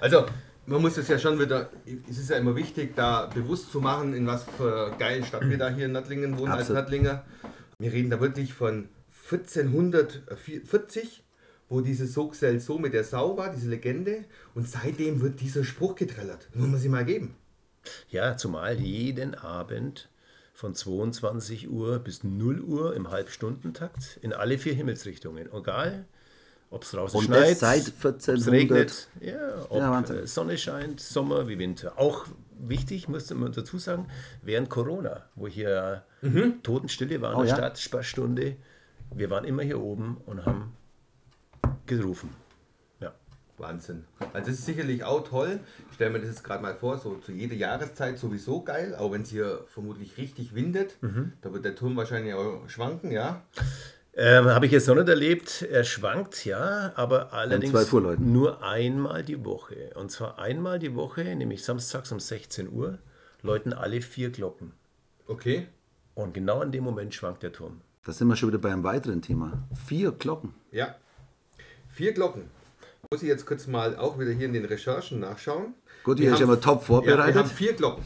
[SPEAKER 1] Also, man muss es ja schon wieder, es ist ja immer wichtig, da bewusst zu machen, in was für geilen Stadt wir da hier in Nattlingen wohnen als
[SPEAKER 3] Absolut.
[SPEAKER 1] Nattlinger. Wir reden da wirklich von 1440, wo diese Sogsel so mit der Sau war, diese Legende. Und seitdem wird dieser Spruch getrellert. Muss man sie mal geben.
[SPEAKER 2] Ja, zumal jeden Abend von 22 Uhr bis 0 Uhr im Halbstundentakt in alle vier Himmelsrichtungen. Egal, ob es draußen
[SPEAKER 3] Und
[SPEAKER 2] schneit,
[SPEAKER 3] das seit
[SPEAKER 2] ob's
[SPEAKER 3] 1400.
[SPEAKER 2] regnet, ja, ob
[SPEAKER 3] Ja, Wahnsinn.
[SPEAKER 2] äh, Sonne scheint, Sommer wie Winter. Auch wichtig, musste man dazu sagen, während Corona, wo hier Totenstille war in
[SPEAKER 3] Oh,
[SPEAKER 2] der
[SPEAKER 3] ja.
[SPEAKER 2] Stadt, Sparstunde, wir waren immer hier oben und haben gerufen. Ja.
[SPEAKER 1] Wahnsinn. Also es ist sicherlich auch toll. Ich stelle mir das jetzt gerade mal vor, so zu jeder Jahreszeit sowieso geil, auch wenn es hier vermutlich richtig windet. Da wird der Turm wahrscheinlich auch schwanken, ja.
[SPEAKER 2] Ähm, Habe ich jetzt noch nicht erlebt. Er schwankt, ja, aber allerdings
[SPEAKER 3] 12 Uhr, Leute.
[SPEAKER 2] nur einmal die Woche. Und zwar einmal die Woche, nämlich samstags um 16 Uhr, läuten alle vier Glocken.
[SPEAKER 1] Okay.
[SPEAKER 2] Und genau in dem Moment schwankt der Turm.
[SPEAKER 3] Da sind wir schon wieder bei einem weiteren Thema. Vier Glocken.
[SPEAKER 1] Ja. Vier Glocken. Muss ich jetzt kurz mal auch wieder hier in den Recherchen nachschauen.
[SPEAKER 3] Gut,
[SPEAKER 1] Wir
[SPEAKER 3] ihr ist
[SPEAKER 1] haben-
[SPEAKER 3] ja mal top
[SPEAKER 1] Ja, wir haben
[SPEAKER 3] vorbereitet.
[SPEAKER 1] vier Glocken.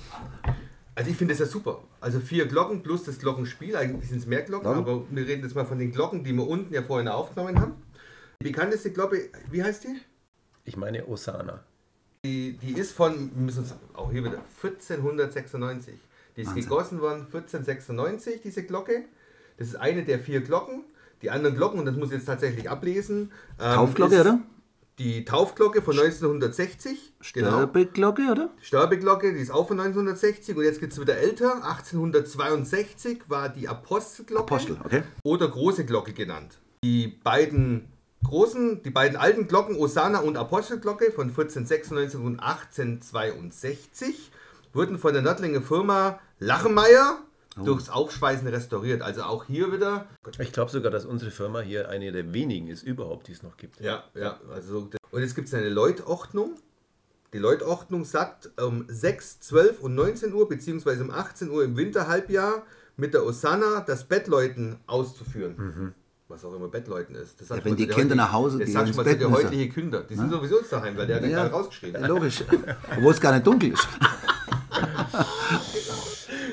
[SPEAKER 1] Also ich finde das ja super. Also vier Glocken plus das Glockenspiel, eigentlich sind es mehr Glocken,
[SPEAKER 3] Glocken?
[SPEAKER 1] aber wir reden jetzt mal von den Glocken, die wir unten ja vorhin aufgenommen haben. Die bekannteste Glocke, wie heißt die?
[SPEAKER 2] Ich meine Osana.
[SPEAKER 1] Die, die ist von, wir müssen uns auch hier wieder, 1496. Die ist gegossen worden 1496, diese Glocke. Das ist eine der vier Glocken. Die anderen Glocken, und das muss ich jetzt tatsächlich ablesen. Ähm,
[SPEAKER 3] Taufglocke,
[SPEAKER 1] ist
[SPEAKER 3] oder?
[SPEAKER 1] Die Taufglocke von 1960. genau.
[SPEAKER 3] Sterbeglocke, oder?
[SPEAKER 1] Störbeglocke, die ist auch von 1960 und jetzt geht es wieder älter. 1862 war die Apostelglocke
[SPEAKER 3] Apostel, okay.
[SPEAKER 1] oder große Glocke genannt. Die beiden großen, die beiden alten Glocken, Osana und Apostelglocke von 1496 und 1862, wurden von der Nördlinger Firma Lachenmeier durchs Aufschweißen restauriert. Also auch hier wieder.
[SPEAKER 2] Ich glaube sogar, dass unsere Firma hier eine der wenigen ist überhaupt, die es noch gibt.
[SPEAKER 1] Ja, ja. Also, und jetzt gibt es eine Leutordnung. Die Leutordnung sagt um 6, 12 und 19 Uhr beziehungsweise um 18 Uhr im Winterhalbjahr mit der Osana das Bettläuten auszuführen. Was auch immer Bettläuten ist. Das sagt
[SPEAKER 3] Mhm. wenn
[SPEAKER 1] man
[SPEAKER 3] die
[SPEAKER 1] zu der
[SPEAKER 3] Kinder
[SPEAKER 1] heutigen-
[SPEAKER 3] nach Hause
[SPEAKER 1] Das
[SPEAKER 3] gehen,
[SPEAKER 1] sagst
[SPEAKER 3] ins
[SPEAKER 1] du mal zu
[SPEAKER 3] Bett
[SPEAKER 1] der
[SPEAKER 3] müssen.
[SPEAKER 1] heutigen Kinder. Die sind sowieso jetzt daheim, weil der hat ja.
[SPEAKER 3] Ja.
[SPEAKER 1] gerade rausgeschrieben.
[SPEAKER 3] Ja, logisch. Obwohl es gar nicht dunkel ist.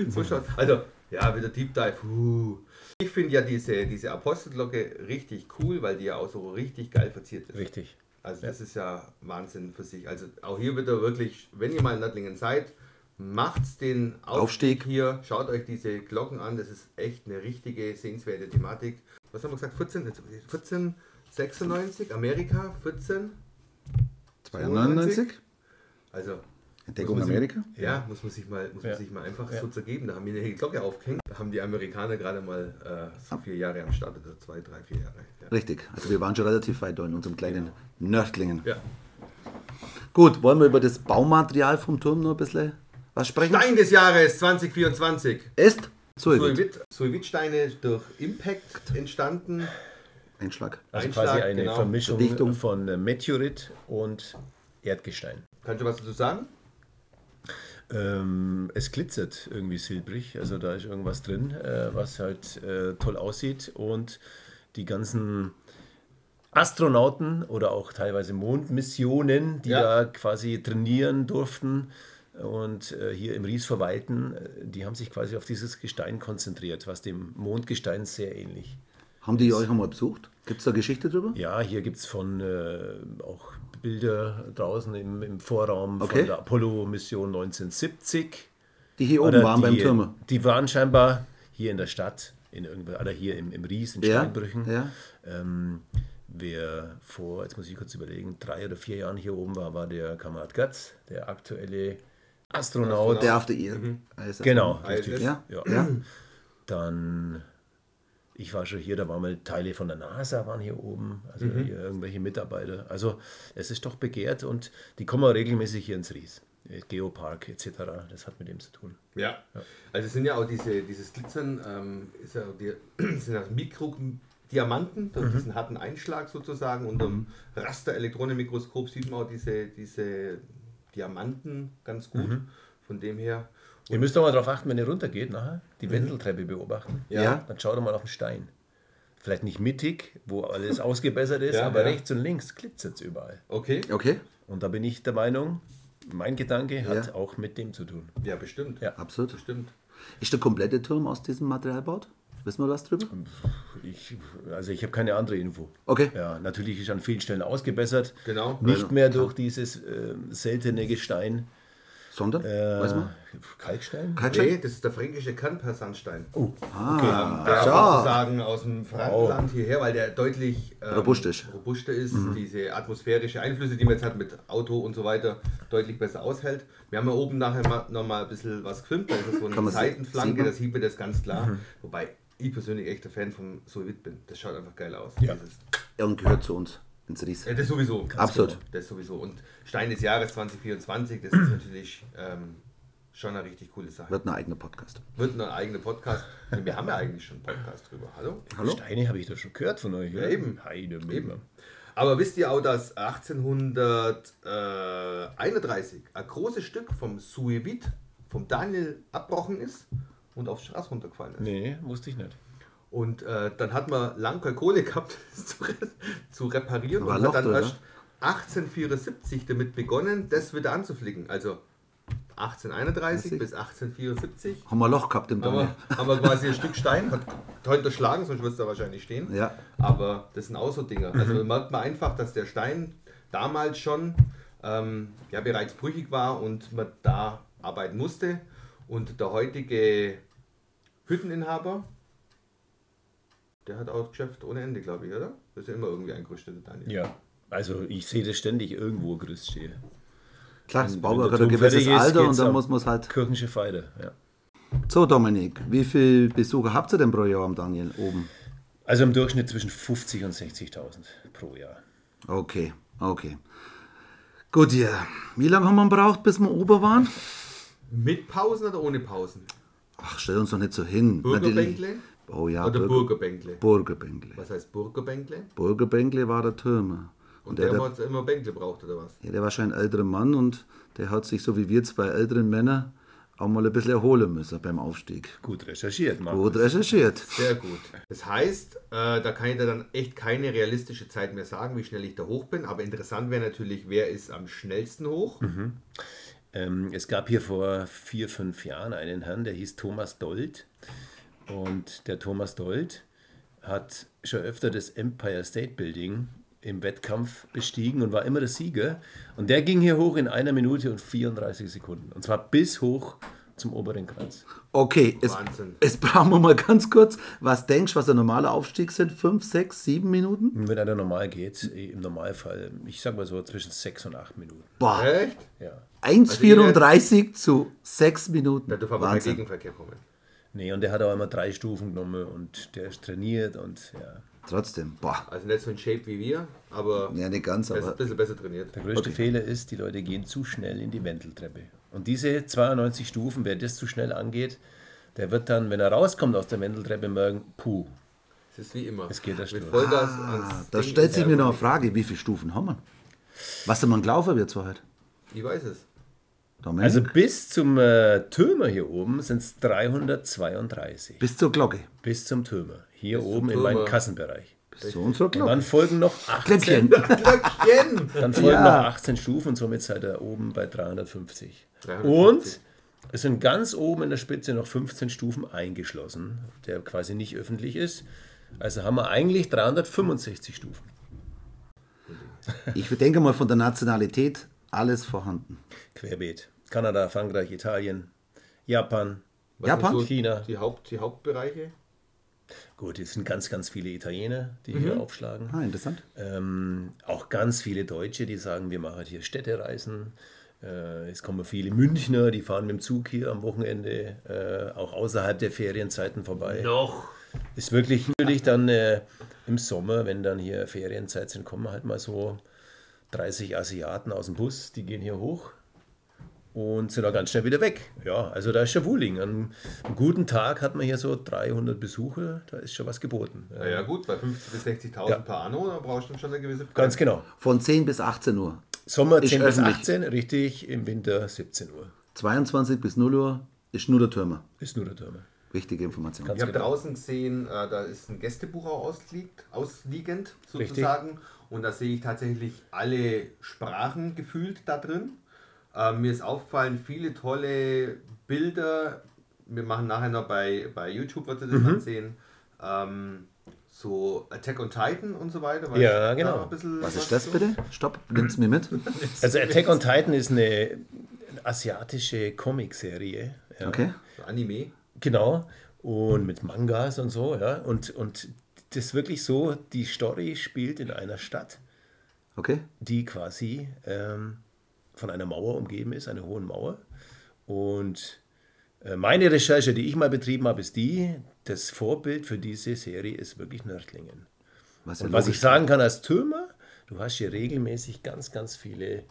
[SPEAKER 1] So schaut. Also, ja, wieder Deep Dive. Huh. Ich finde ja diese, diese Apostelglocke richtig cool, weil die ja auch so richtig geil verziert ist.
[SPEAKER 2] Richtig.
[SPEAKER 1] Also das ist ja Wahnsinn für sich. Also auch hier wieder wirklich, wenn ihr mal in Nattlingen seid, macht's den Aufstieg,
[SPEAKER 3] Aufstieg.
[SPEAKER 1] hier, schaut euch diese Glocken an, das ist echt eine richtige sehenswerte Thematik. Was haben wir gesagt? 14, 1496, Amerika, 14,
[SPEAKER 3] 92?
[SPEAKER 1] also
[SPEAKER 3] Entdeckung Amerika?
[SPEAKER 1] ja, muss man sich mal, muss man
[SPEAKER 2] Ja.
[SPEAKER 1] sich mal einfach so zergeben. Da haben wir eine Glocke aufgehängt, da haben die Amerikaner gerade mal äh, so vier Jahre am Start oder zwei, drei, vier Jahre. Ja.
[SPEAKER 3] Richtig. Also wir waren schon relativ weit da in unserem kleinen Nördlingen.
[SPEAKER 1] Ja.
[SPEAKER 3] Gut, wollen wir über das Baumaterial vom Turm noch ein bisschen was sprechen?
[SPEAKER 1] Stein des Jahres 2024.
[SPEAKER 3] Ist Solvit.
[SPEAKER 1] Solvit- Solvitsteine durch Impact entstanden.
[SPEAKER 3] Einschlag.
[SPEAKER 2] Also
[SPEAKER 1] Einschlag,
[SPEAKER 2] quasi eine
[SPEAKER 1] genau.
[SPEAKER 2] Vermischung
[SPEAKER 3] Verdichtung.
[SPEAKER 2] von äh, Meteorit und Erdgestein.
[SPEAKER 1] Kannst du was dazu sagen?
[SPEAKER 2] Ähm, es glitzert irgendwie silbrig, also da ist irgendwas drin, äh, was halt äh, toll aussieht und die ganzen Astronauten oder auch teilweise Mondmissionen, die
[SPEAKER 1] Ja.
[SPEAKER 2] da quasi trainieren durften und äh, hier im Ries verweilten, äh, die haben sich quasi auf dieses Gestein konzentriert, was dem Mondgestein sehr ähnlich.
[SPEAKER 3] Haben die euch einmal besucht? Gibt es da Geschichte drüber?
[SPEAKER 2] Ja, hier gibt es von äh, auch Bilder draußen im, im Vorraum
[SPEAKER 3] Okay.
[SPEAKER 2] von der Apollo-Mission 1970.
[SPEAKER 3] Die hier oben
[SPEAKER 2] Oder
[SPEAKER 3] waren
[SPEAKER 2] die,
[SPEAKER 3] beim Turm.
[SPEAKER 2] Die waren scheinbar hier in der Stadt, in irgendwo, oder hier im, im Ries, in
[SPEAKER 3] Ja,
[SPEAKER 2] Steinbrüchen.
[SPEAKER 3] ja.
[SPEAKER 2] Ähm, wer vor, jetzt muss ich kurz überlegen, drei oder vier Jahren hier oben war, war der Kamerad Gatz, der aktuelle Astronaut.
[SPEAKER 3] Der After Ear. Also-
[SPEAKER 2] Genau,
[SPEAKER 1] Also-
[SPEAKER 2] richtig.
[SPEAKER 3] Ja.
[SPEAKER 2] Ja. Dann, ich war schon hier, da waren mal Teile von der NASA waren hier oben, also
[SPEAKER 3] Mhm.
[SPEAKER 2] hier irgendwelche Mitarbeiter. Also es ist doch begehrt und die kommen auch regelmäßig hier ins Ries. Geopark etc. Das hat mit dem zu tun.
[SPEAKER 1] Ja. Also es sind ja auch diese, dieses Glitzern, ähm, ist ja auch die, <clears throat> sind ja Mikrodiamanten durch diesen harten Einschlag sozusagen. Unter dem Raster-Elektronenmikroskop sieht man auch diese, diese Diamanten ganz gut. Von dem her.
[SPEAKER 2] Ihr müsst doch mal darauf achten, wenn ihr runtergeht nachher, die Wendeltreppe beobachten.
[SPEAKER 3] Ja.
[SPEAKER 2] Dann schaut doch mal auf den Stein. Vielleicht nicht mittig, wo alles ausgebessert ist,
[SPEAKER 1] Ja,
[SPEAKER 2] aber
[SPEAKER 1] ja.
[SPEAKER 2] rechts und links glitzert es überall.
[SPEAKER 1] Okay.
[SPEAKER 3] Okay,
[SPEAKER 2] Und da bin ich der Meinung, mein Gedanke hat
[SPEAKER 3] Ja.
[SPEAKER 2] auch mit dem zu tun.
[SPEAKER 1] Ja, bestimmt.
[SPEAKER 2] Ja.
[SPEAKER 3] absolut.
[SPEAKER 1] Bestimmt.
[SPEAKER 3] Ist der komplette Turm aus diesem Material gebaut? Wissen wir was drüber?
[SPEAKER 2] Ähm, Ich, also ich habe keine andere Info.
[SPEAKER 3] Okay.
[SPEAKER 2] Ja, natürlich ist an vielen Stellen ausgebessert.
[SPEAKER 1] Genau.
[SPEAKER 2] Nicht mehr durch dieses ähm, seltene Gestein.
[SPEAKER 3] Sondern?
[SPEAKER 2] äh,
[SPEAKER 3] Weiß man?
[SPEAKER 2] Kalkstein?
[SPEAKER 3] Kalkstein?
[SPEAKER 1] Nee, das ist der fränkische Kanper-Sandstein.
[SPEAKER 2] Oh,
[SPEAKER 1] ähm, der
[SPEAKER 3] Genau. schau.
[SPEAKER 1] sozusagen aus dem Frankenland hierher, weil der deutlich ähm,
[SPEAKER 3] Robust ist. Mhm.
[SPEAKER 1] robuster ist, diese atmosphärische Einflüsse, die man jetzt hat mit Auto und so weiter, deutlich besser aushält. Wir haben ja oben nachher mal, noch mal ein bisschen was gefilmt, da ist so
[SPEAKER 3] Kann
[SPEAKER 1] eine
[SPEAKER 3] man se- mhm. sieht
[SPEAKER 1] Seitenflanke,
[SPEAKER 3] man?
[SPEAKER 1] da sieht man das ganz klar. Wobei ich persönlich echt ein Fan von Solvit bin. Das schaut einfach geil aus.
[SPEAKER 2] Ja.
[SPEAKER 1] Dieses,
[SPEAKER 3] Er gehört zu uns ins Ries.
[SPEAKER 2] Äh.
[SPEAKER 1] ja, das sowieso. genau.
[SPEAKER 3] Absolut.
[SPEAKER 1] Das sowieso. Und Stein des Jahres 2024, das ist natürlich ähm, schon eine richtig coole Sache.
[SPEAKER 3] Wird ein eigener Podcast.
[SPEAKER 1] Wird ein eigener Podcast. Wir haben ja eigentlich schon einen Podcast drüber. Hallo?
[SPEAKER 3] Hallo?
[SPEAKER 2] Steine habe ich doch schon gehört von euch. Ja,
[SPEAKER 1] eben.
[SPEAKER 2] Heide,
[SPEAKER 1] Eben. Aber wisst ihr auch, dass 1831 ein großes Stück vom Suevit vom Daniel abbrochen ist und auf die Straße runtergefallen ist?
[SPEAKER 2] Nee, wusste ich nicht.
[SPEAKER 1] Und äh, dann hat man lange keine Kohle gehabt, <laughs> das zu, re zu reparieren.
[SPEAKER 3] War
[SPEAKER 1] und
[SPEAKER 3] ein Loch
[SPEAKER 1] hat dann
[SPEAKER 3] drin,
[SPEAKER 1] erst 1874 damit begonnen, das wieder anzuflicken. Also 1831 bis 1874
[SPEAKER 3] Haben wir ein Loch gehabt im
[SPEAKER 1] Aber,
[SPEAKER 3] Daniel.
[SPEAKER 1] aber quasi ein Stück Stein hat heute schlagen, sonst würde es da wahrscheinlich stehen.
[SPEAKER 3] Ja. Mhm.
[SPEAKER 1] Aber das sind auch so Dinge. Also merkt man einfach, dass der Stein damals schon ähm, ja, bereits brüchig war und man da arbeiten musste. Und der heutige Hütteninhaber, der hat auch Geschäft ohne Ende, glaube ich, oder? Das ist ja immer irgendwie ein gerüsteter Daniel.
[SPEAKER 2] Ja. Also ich sehe das ständig irgendwo Christ stehe.
[SPEAKER 3] Klar, das
[SPEAKER 2] Wenn
[SPEAKER 3] Bauwerk
[SPEAKER 2] der
[SPEAKER 3] hat
[SPEAKER 2] Turm
[SPEAKER 3] ein gewisses
[SPEAKER 2] fertig ist,
[SPEAKER 3] Alter und
[SPEAKER 2] geht's
[SPEAKER 3] dann
[SPEAKER 2] ab.
[SPEAKER 3] muss man es halt.
[SPEAKER 2] Kirchensche Feide, ja.
[SPEAKER 3] So, Dominik, wie viele Besucher habt ihr denn pro Jahr am Daniel oben?
[SPEAKER 2] Also im Durchschnitt zwischen 50 und 60.000 pro Jahr.
[SPEAKER 3] Okay, okay. Gut, ja. Wie lange haben wir gebraucht, bis wir ober waren?
[SPEAKER 1] Mit Pausen oder ohne Pausen?
[SPEAKER 3] Ach, stell uns doch nicht so hin.
[SPEAKER 1] Bürgerbänkle
[SPEAKER 3] Natürlich. Oh ja,
[SPEAKER 1] oder
[SPEAKER 3] Bürger,
[SPEAKER 1] Bürgerbänkle?
[SPEAKER 3] Burgerbänkle.
[SPEAKER 1] Was heißt Bürgerbänkle?
[SPEAKER 3] Burgerbänkle war der Türmer.
[SPEAKER 1] Und
[SPEAKER 3] Und, der,
[SPEAKER 1] der,
[SPEAKER 3] der,
[SPEAKER 1] hat immer Bänkle braucht, oder was?
[SPEAKER 3] ja, der war schon ein älterer Mann und der hat sich, so wie wir zwei älteren Männer, auch mal ein bisschen erholen müssen beim Aufstieg.
[SPEAKER 2] Gut recherchiert, Mann.
[SPEAKER 3] Gut recherchiert.
[SPEAKER 1] Sehr gut. Das heißt, äh, da kann ich dir dann echt keine realistische Zeit mehr sagen, wie schnell ich da hoch bin. Aber interessant wäre natürlich, wer ist am schnellsten hoch?
[SPEAKER 3] Mhm.
[SPEAKER 2] Ähm, es gab hier vor vier, fünf Jahren einen Herrn, der hieß Thomas Dold. Und der Thomas Dold hat schon öfter das Empire State Building im Wettkampf bestiegen und war immer der Sieger. Und der ging hier hoch in einer Minute und 34 Sekunden. Und zwar bis hoch zum oberen Kranz.
[SPEAKER 3] Okay, es,
[SPEAKER 1] Wahnsinn.
[SPEAKER 3] es brauchen wir mal ganz kurz. Was denkst du, was der normale Aufstieg sind? Fünf, sechs, sieben Minuten?
[SPEAKER 2] Und wenn er dann normal geht, eh, im Normalfall, ich sag mal so zwischen sechs und acht Minuten.
[SPEAKER 3] Boah,
[SPEAKER 1] Echt?
[SPEAKER 2] Ja.
[SPEAKER 3] 1,34 zu sechs Minuten.
[SPEAKER 1] Da dürfen wir aber kein
[SPEAKER 3] Wahnsinn.
[SPEAKER 1] Gegenverkehr kommen.
[SPEAKER 2] Nee, und der hat auch immer drei Stufen genommen und der ist trainiert und ja.
[SPEAKER 3] Trotzdem, boah.
[SPEAKER 1] Also nicht so in Shape wie wir, aber
[SPEAKER 3] Ja, nicht ganz,
[SPEAKER 1] besser,
[SPEAKER 3] aber
[SPEAKER 1] ein bisschen besser trainiert.
[SPEAKER 2] Der größte Fehler ist, die Leute gehen zu schnell in die Wendeltreppe. Und diese 92 Stufen, wer das zu schnell angeht, der wird dann, wenn er rauskommt aus der Wendeltreppe, merken, puh,
[SPEAKER 1] Es ist wie immer.
[SPEAKER 2] Es geht der
[SPEAKER 1] Mit
[SPEAKER 2] Sturm.
[SPEAKER 1] Vollgas ans
[SPEAKER 3] da
[SPEAKER 1] Ding.
[SPEAKER 3] Ah, stellt sich mir noch eine Frage, wie viele Stufen haben wir? Was sind wir gelaufen wir zu heute?
[SPEAKER 1] Ich weiß es.
[SPEAKER 3] Dominik?
[SPEAKER 2] also bis zum äh, Türmer hier oben sind es 332.
[SPEAKER 3] bis zur Glocke.
[SPEAKER 2] Bis zum Türmer. Hier oben in
[SPEAKER 1] Türmer.
[SPEAKER 2] meinem Kassenbereich.
[SPEAKER 3] Bis zu unserer
[SPEAKER 2] Und
[SPEAKER 3] Glocke.
[SPEAKER 2] dann folgen noch 18,
[SPEAKER 3] Glöckchen. <laughs>
[SPEAKER 1] Glöckchen!
[SPEAKER 2] dann folgen
[SPEAKER 3] Ja.
[SPEAKER 2] noch 18 Stufen und somit seid ihr oben bei 350.
[SPEAKER 1] 350.
[SPEAKER 2] Und es sind ganz oben in der Spitze noch 15 Stufen eingeschlossen, der quasi nicht öffentlich ist. Also haben wir eigentlich 365 Stufen.
[SPEAKER 3] Ich denke mal von der Nationalität alles vorhanden.
[SPEAKER 2] Querbeet. Kanada, Frankreich, Italien, Japan.
[SPEAKER 1] Was
[SPEAKER 3] Japan?
[SPEAKER 1] sind so
[SPEAKER 2] China.
[SPEAKER 1] Die, Haupt, die Hauptbereiche?
[SPEAKER 2] Gut, es sind ganz, ganz viele Italiener, die hier aufschlagen.
[SPEAKER 3] Ah, interessant.
[SPEAKER 2] Ähm, auch ganz viele Deutsche, die sagen, wir machen hier Städtereisen. Äh, es kommen viele Münchner, die fahren mit dem Zug hier am Wochenende, äh, auch außerhalb der Ferienzeiten vorbei.
[SPEAKER 1] Noch.
[SPEAKER 2] Ist wirklich natürlich dann äh, im Sommer, wenn dann hier Ferienzeit sind, kommen halt mal so 30 Asiaten aus dem Bus, die gehen hier hoch und sind auch ganz schnell wieder weg. Ja, also da ist schon Wuling. An einem guten Tag hat man hier so 300 Besucher, da ist schon was geboten. Äh, Ja,
[SPEAKER 1] Naja gut, bei 50.000 bis 60.000
[SPEAKER 2] Ja.
[SPEAKER 1] per Anno, da brauchst du schon eine gewisse
[SPEAKER 2] Ganz genau.
[SPEAKER 3] Von 10 bis 18 Uhr.
[SPEAKER 2] Sommer
[SPEAKER 3] Ist
[SPEAKER 2] 10 bis
[SPEAKER 3] öffentlich.
[SPEAKER 2] 18, richtig, im Winter 17 Uhr.
[SPEAKER 3] 22 bis 0 Uhr ist nur der Türmer.
[SPEAKER 2] Ist nur der Türme.
[SPEAKER 3] Wichtige Information.
[SPEAKER 1] Ich
[SPEAKER 2] genau.
[SPEAKER 1] habe draußen gesehen, äh, da ist ein Gästebuch auch ausliegt, ausliegend sozusagen. Und da sehe ich tatsächlich alle Sprachen gefühlt da drin. Ähm, mir ist aufgefallen, viele tolle Bilder. Wir machen nachher noch bei, bei YouTube, wird ihr
[SPEAKER 2] Mhm.
[SPEAKER 1] das dann sehen. Ähm, so Attack on Titan und so weiter. weil
[SPEAKER 2] Ja,
[SPEAKER 1] ich da
[SPEAKER 2] genau.
[SPEAKER 1] noch ein bisschen
[SPEAKER 3] Was ist das
[SPEAKER 1] zu-
[SPEAKER 3] bitte? Stopp, nimm's mir mit.
[SPEAKER 2] Also Attack on Titan ist eine asiatische Comicserie. Ja.
[SPEAKER 3] Okay.
[SPEAKER 1] So Anime.
[SPEAKER 2] Genau. Und mit Mangas und so, ja. Und, und das ist wirklich so, die Story spielt in einer Stadt,
[SPEAKER 3] Okay.
[SPEAKER 2] die quasi ähm, von einer Mauer umgeben ist, einer hohen Mauer. Und äh, meine Recherche, die ich mal betrieben habe, ist die, das Vorbild für diese Serie ist wirklich Nördlingen.
[SPEAKER 3] Was,
[SPEAKER 2] Und
[SPEAKER 3] ja
[SPEAKER 2] was ich
[SPEAKER 3] logisch-
[SPEAKER 2] sagen kann als Türmer, du hast hier regelmäßig ganz, ganz viele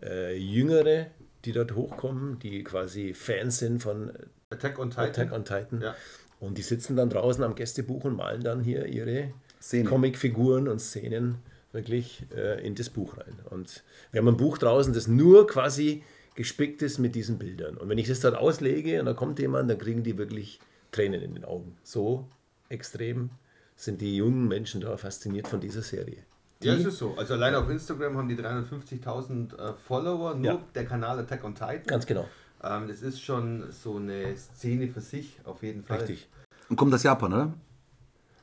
[SPEAKER 2] äh, Jüngere, die dort hochkommen, die quasi Fans sind von
[SPEAKER 1] Attack on Titan.
[SPEAKER 2] Attack on Titan.
[SPEAKER 1] Ja.
[SPEAKER 2] Und die sitzen dann draußen am Gästebuch und malen dann hier ihre
[SPEAKER 3] Szene.
[SPEAKER 2] Comicfiguren und Szenen wirklich äh, in das Buch rein. Und wir haben ein Buch draußen, das nur quasi gespickt ist mit diesen Bildern. Und wenn ich das dort auslege und da kommt jemand, dann kriegen die wirklich Tränen in den Augen. So extrem sind die jungen Menschen da fasziniert von dieser Serie. die.
[SPEAKER 1] Ja, es ist so. Also allein auf Instagram haben die 350.000 äh, Follower, nur
[SPEAKER 2] Ja.
[SPEAKER 1] der Kanal Attack on Titan.
[SPEAKER 2] Ganz genau.
[SPEAKER 1] Ähm, das ist schon so eine Szene für sich, auf jeden Fall.
[SPEAKER 2] Richtig.
[SPEAKER 3] Und kommt aus Japan, oder?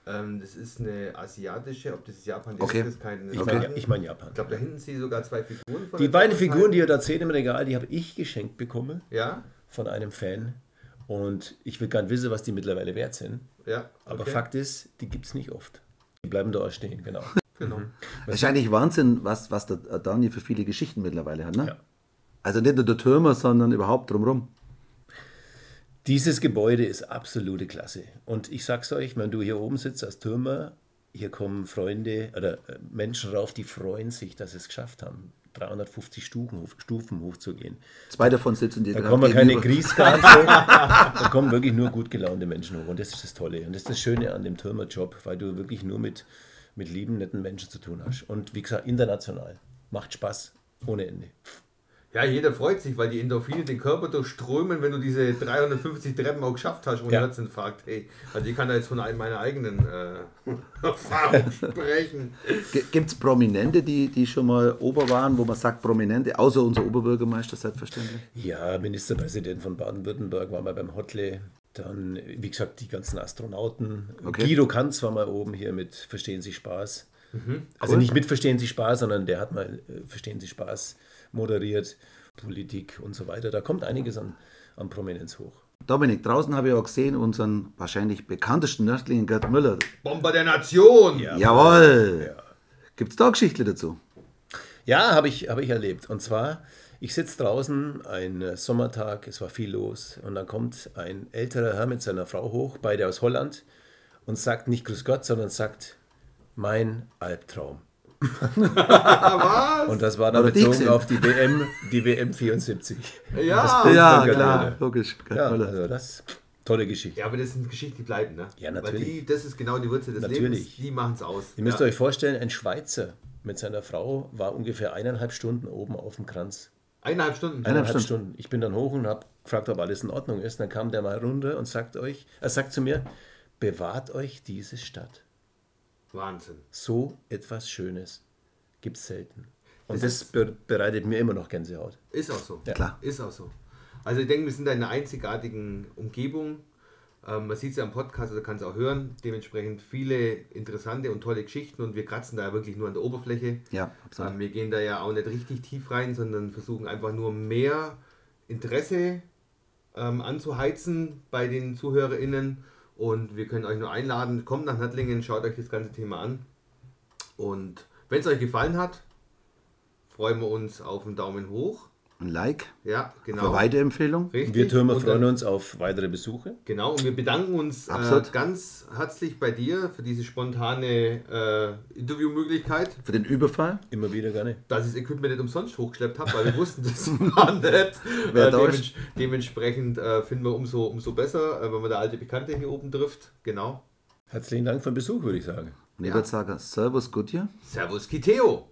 [SPEAKER 1] Ähm, das ist eine asiatische, ob das ist Japan ist,
[SPEAKER 3] Okay.
[SPEAKER 1] ist keine
[SPEAKER 3] Ich
[SPEAKER 2] Ich meine, ich mein
[SPEAKER 1] Also,
[SPEAKER 2] Japan.
[SPEAKER 1] Ich glaube, da hinten sehe ich sogar zwei Figuren von
[SPEAKER 2] Die
[SPEAKER 1] der
[SPEAKER 2] beiden
[SPEAKER 1] Drachen-
[SPEAKER 2] Figuren, die ihr da seht im Regal, die habe ich geschenkt bekommen
[SPEAKER 1] Ja,
[SPEAKER 2] von einem Fan. Und ich will gar nicht wissen, was die mittlerweile wert sind.
[SPEAKER 1] ja.
[SPEAKER 2] Aber
[SPEAKER 1] okay.
[SPEAKER 2] Fakt ist, die gibt es nicht oft. Die bleiben da stehen, genau. <laughs>
[SPEAKER 1] Genau.
[SPEAKER 3] Es ist eigentlich Wahnsinn, was, was der äh, Daniel für viele Geschichten mittlerweile hat, ne?
[SPEAKER 2] Ja.
[SPEAKER 3] Also nicht nur der Türmer, sondern überhaupt drumherum.
[SPEAKER 2] Dieses Gebäude ist absolute Klasse. Und ich sag's euch, wenn du hier oben sitzt als Türmer, hier kommen Freunde oder äh, Menschen rauf, die freuen sich, dass sie es geschafft haben, 350 Stufen, hoch- Stufen hochzugehen.
[SPEAKER 3] Zwei davon sitzen die
[SPEAKER 2] Da
[SPEAKER 3] gerade
[SPEAKER 2] kommen keine
[SPEAKER 3] gegenüber.
[SPEAKER 2] Grießkarten hoch, da kommen wirklich nur gut gelaunte Menschen hoch. Und das ist das Tolle. Und das ist das Schöne an dem Türmerjob, weil du wirklich nur mit, mit lieben, netten Menschen zu tun hast. Und wie gesagt, international. Macht Spaß ohne Ende.
[SPEAKER 1] Ja, jeder freut sich, weil die Endorphine den Körper durchströmen, wenn du diese 350 Treppen auch geschafft hast und
[SPEAKER 2] Ja.
[SPEAKER 1] Herzinfarkt. Hey, also ich kann da jetzt von einem meiner eigenen äh, <laughs> Erfahrung sprechen.
[SPEAKER 3] Gibt es Prominente, die, die schon mal Ober waren, wo man sagt Prominente, außer unser Oberbürgermeister selbstverständlich?
[SPEAKER 2] Ja, Ministerpräsident von Baden-Württemberg war mal beim Hotle. Dann, wie gesagt, die ganzen Astronauten.
[SPEAKER 3] Okay.
[SPEAKER 2] Guido Kanz war mal oben hier mit Verstehen Sie Spaß. Also nicht mit Verstehen Sie Spaß, sondern der hat mal äh, Verstehen Sie Spaß moderiert, Politik und so weiter. Da kommt einiges an, an Prominenz hoch.
[SPEAKER 3] Dominik, draußen habe ich auch gesehen, unseren wahrscheinlich bekanntesten Nördling Gerd Müller.
[SPEAKER 1] Bomber der Nation!
[SPEAKER 2] Ja.
[SPEAKER 3] Jawohl! Gibt es da Geschichten dazu?
[SPEAKER 2] Ja, habe ich, hab ich erlebt. Und zwar, ich sitze draußen, ein äh, Sommertag, es war viel los. Und dann kommt ein älterer Herr mit seiner Frau hoch, beide aus Holland, und sagt nicht Grüß Gott, sondern sagt, mein Albtraum. und das war dann
[SPEAKER 3] Oder die
[SPEAKER 2] bezogen
[SPEAKER 3] gesehen.
[SPEAKER 2] auf die WM, die WM 74.
[SPEAKER 1] <laughs> Ja.
[SPEAKER 3] ja,
[SPEAKER 2] Gerd
[SPEAKER 3] klar,
[SPEAKER 2] Müller.
[SPEAKER 3] logisch. Gerd
[SPEAKER 2] Ja,
[SPEAKER 3] Müller.
[SPEAKER 2] also das, tolle Geschichte.
[SPEAKER 1] Ja, aber das sind Geschichten, die bleiben, ne?
[SPEAKER 2] Ja, natürlich.
[SPEAKER 1] Weil die, das ist genau die Wurzel des
[SPEAKER 2] Natürlich.
[SPEAKER 1] Lebens. Die machen es aus.
[SPEAKER 2] Ihr müsst
[SPEAKER 1] ja.
[SPEAKER 2] euch vorstellen, ein Schweizer mit seiner Frau war ungefähr eineinhalb Stunden oben auf dem Kranz.
[SPEAKER 1] Eineinhalb Stunden.
[SPEAKER 3] Eineinhalb
[SPEAKER 2] Eineinhalb Stunden. Ich bin dann hoch und habe gefragt, ob alles in Ordnung ist. Dann kam der mal runter und sagt euch, er sagt zu mir, bewahrt euch diese Stadt.
[SPEAKER 1] Wahnsinn.
[SPEAKER 2] So etwas Schönes gibt es selten. Und
[SPEAKER 1] Das
[SPEAKER 2] das, be bereitet mir immer noch Gänsehaut.
[SPEAKER 1] Ist auch so.
[SPEAKER 3] Klar.
[SPEAKER 1] Ist auch so. Also ich denke, wir sind da in einer einzigartigen Umgebung. Ähm, man sieht es ja am Podcast, also kann es auch hören. Dementsprechend viele interessante und tolle Geschichten und wir kratzen da ja wirklich nur an der Oberfläche.
[SPEAKER 3] Ja, absolut.
[SPEAKER 1] Ähm, wir gehen da ja auch nicht richtig tief rein, sondern versuchen einfach nur mehr Interesse ähm, anzuheizen bei den ZuhörerInnen. Und wir können euch nur einladen, kommt nach Nattlingen, schaut euch das ganze Thema an. Und wenn es euch gefallen hat, freuen wir uns auf einen Daumen hoch.
[SPEAKER 3] Ein Like,
[SPEAKER 1] Ja,
[SPEAKER 3] eine
[SPEAKER 1] genau.
[SPEAKER 3] Weiterempfehlung.
[SPEAKER 1] Richtig.
[SPEAKER 2] Wir Türmer
[SPEAKER 1] Und dann-
[SPEAKER 2] freuen uns auf weitere Besuche.
[SPEAKER 1] Genau, und wir bedanken uns äh,
[SPEAKER 3] Absolut.
[SPEAKER 1] ganz herzlich bei dir für diese spontane äh, Interviewmöglichkeit,
[SPEAKER 3] Für den Überfall.
[SPEAKER 2] Immer wieder gerne.
[SPEAKER 1] dass ich das Equipment nicht umsonst hochgeschleppt habe, weil wir wussten, <laughs> das war nicht.
[SPEAKER 3] Wer
[SPEAKER 1] Äh,
[SPEAKER 3] da ist.
[SPEAKER 1] dementsch- dementsprechend äh, finden wir umso, umso besser, äh, wenn man da alte Bekannte hier oben trifft. Genau.
[SPEAKER 2] Herzlichen Dank für den Besuch, würde ich sagen.
[SPEAKER 3] Und ich würde sagen, Servus, Goodyear.
[SPEAKER 1] Servus Kiteo!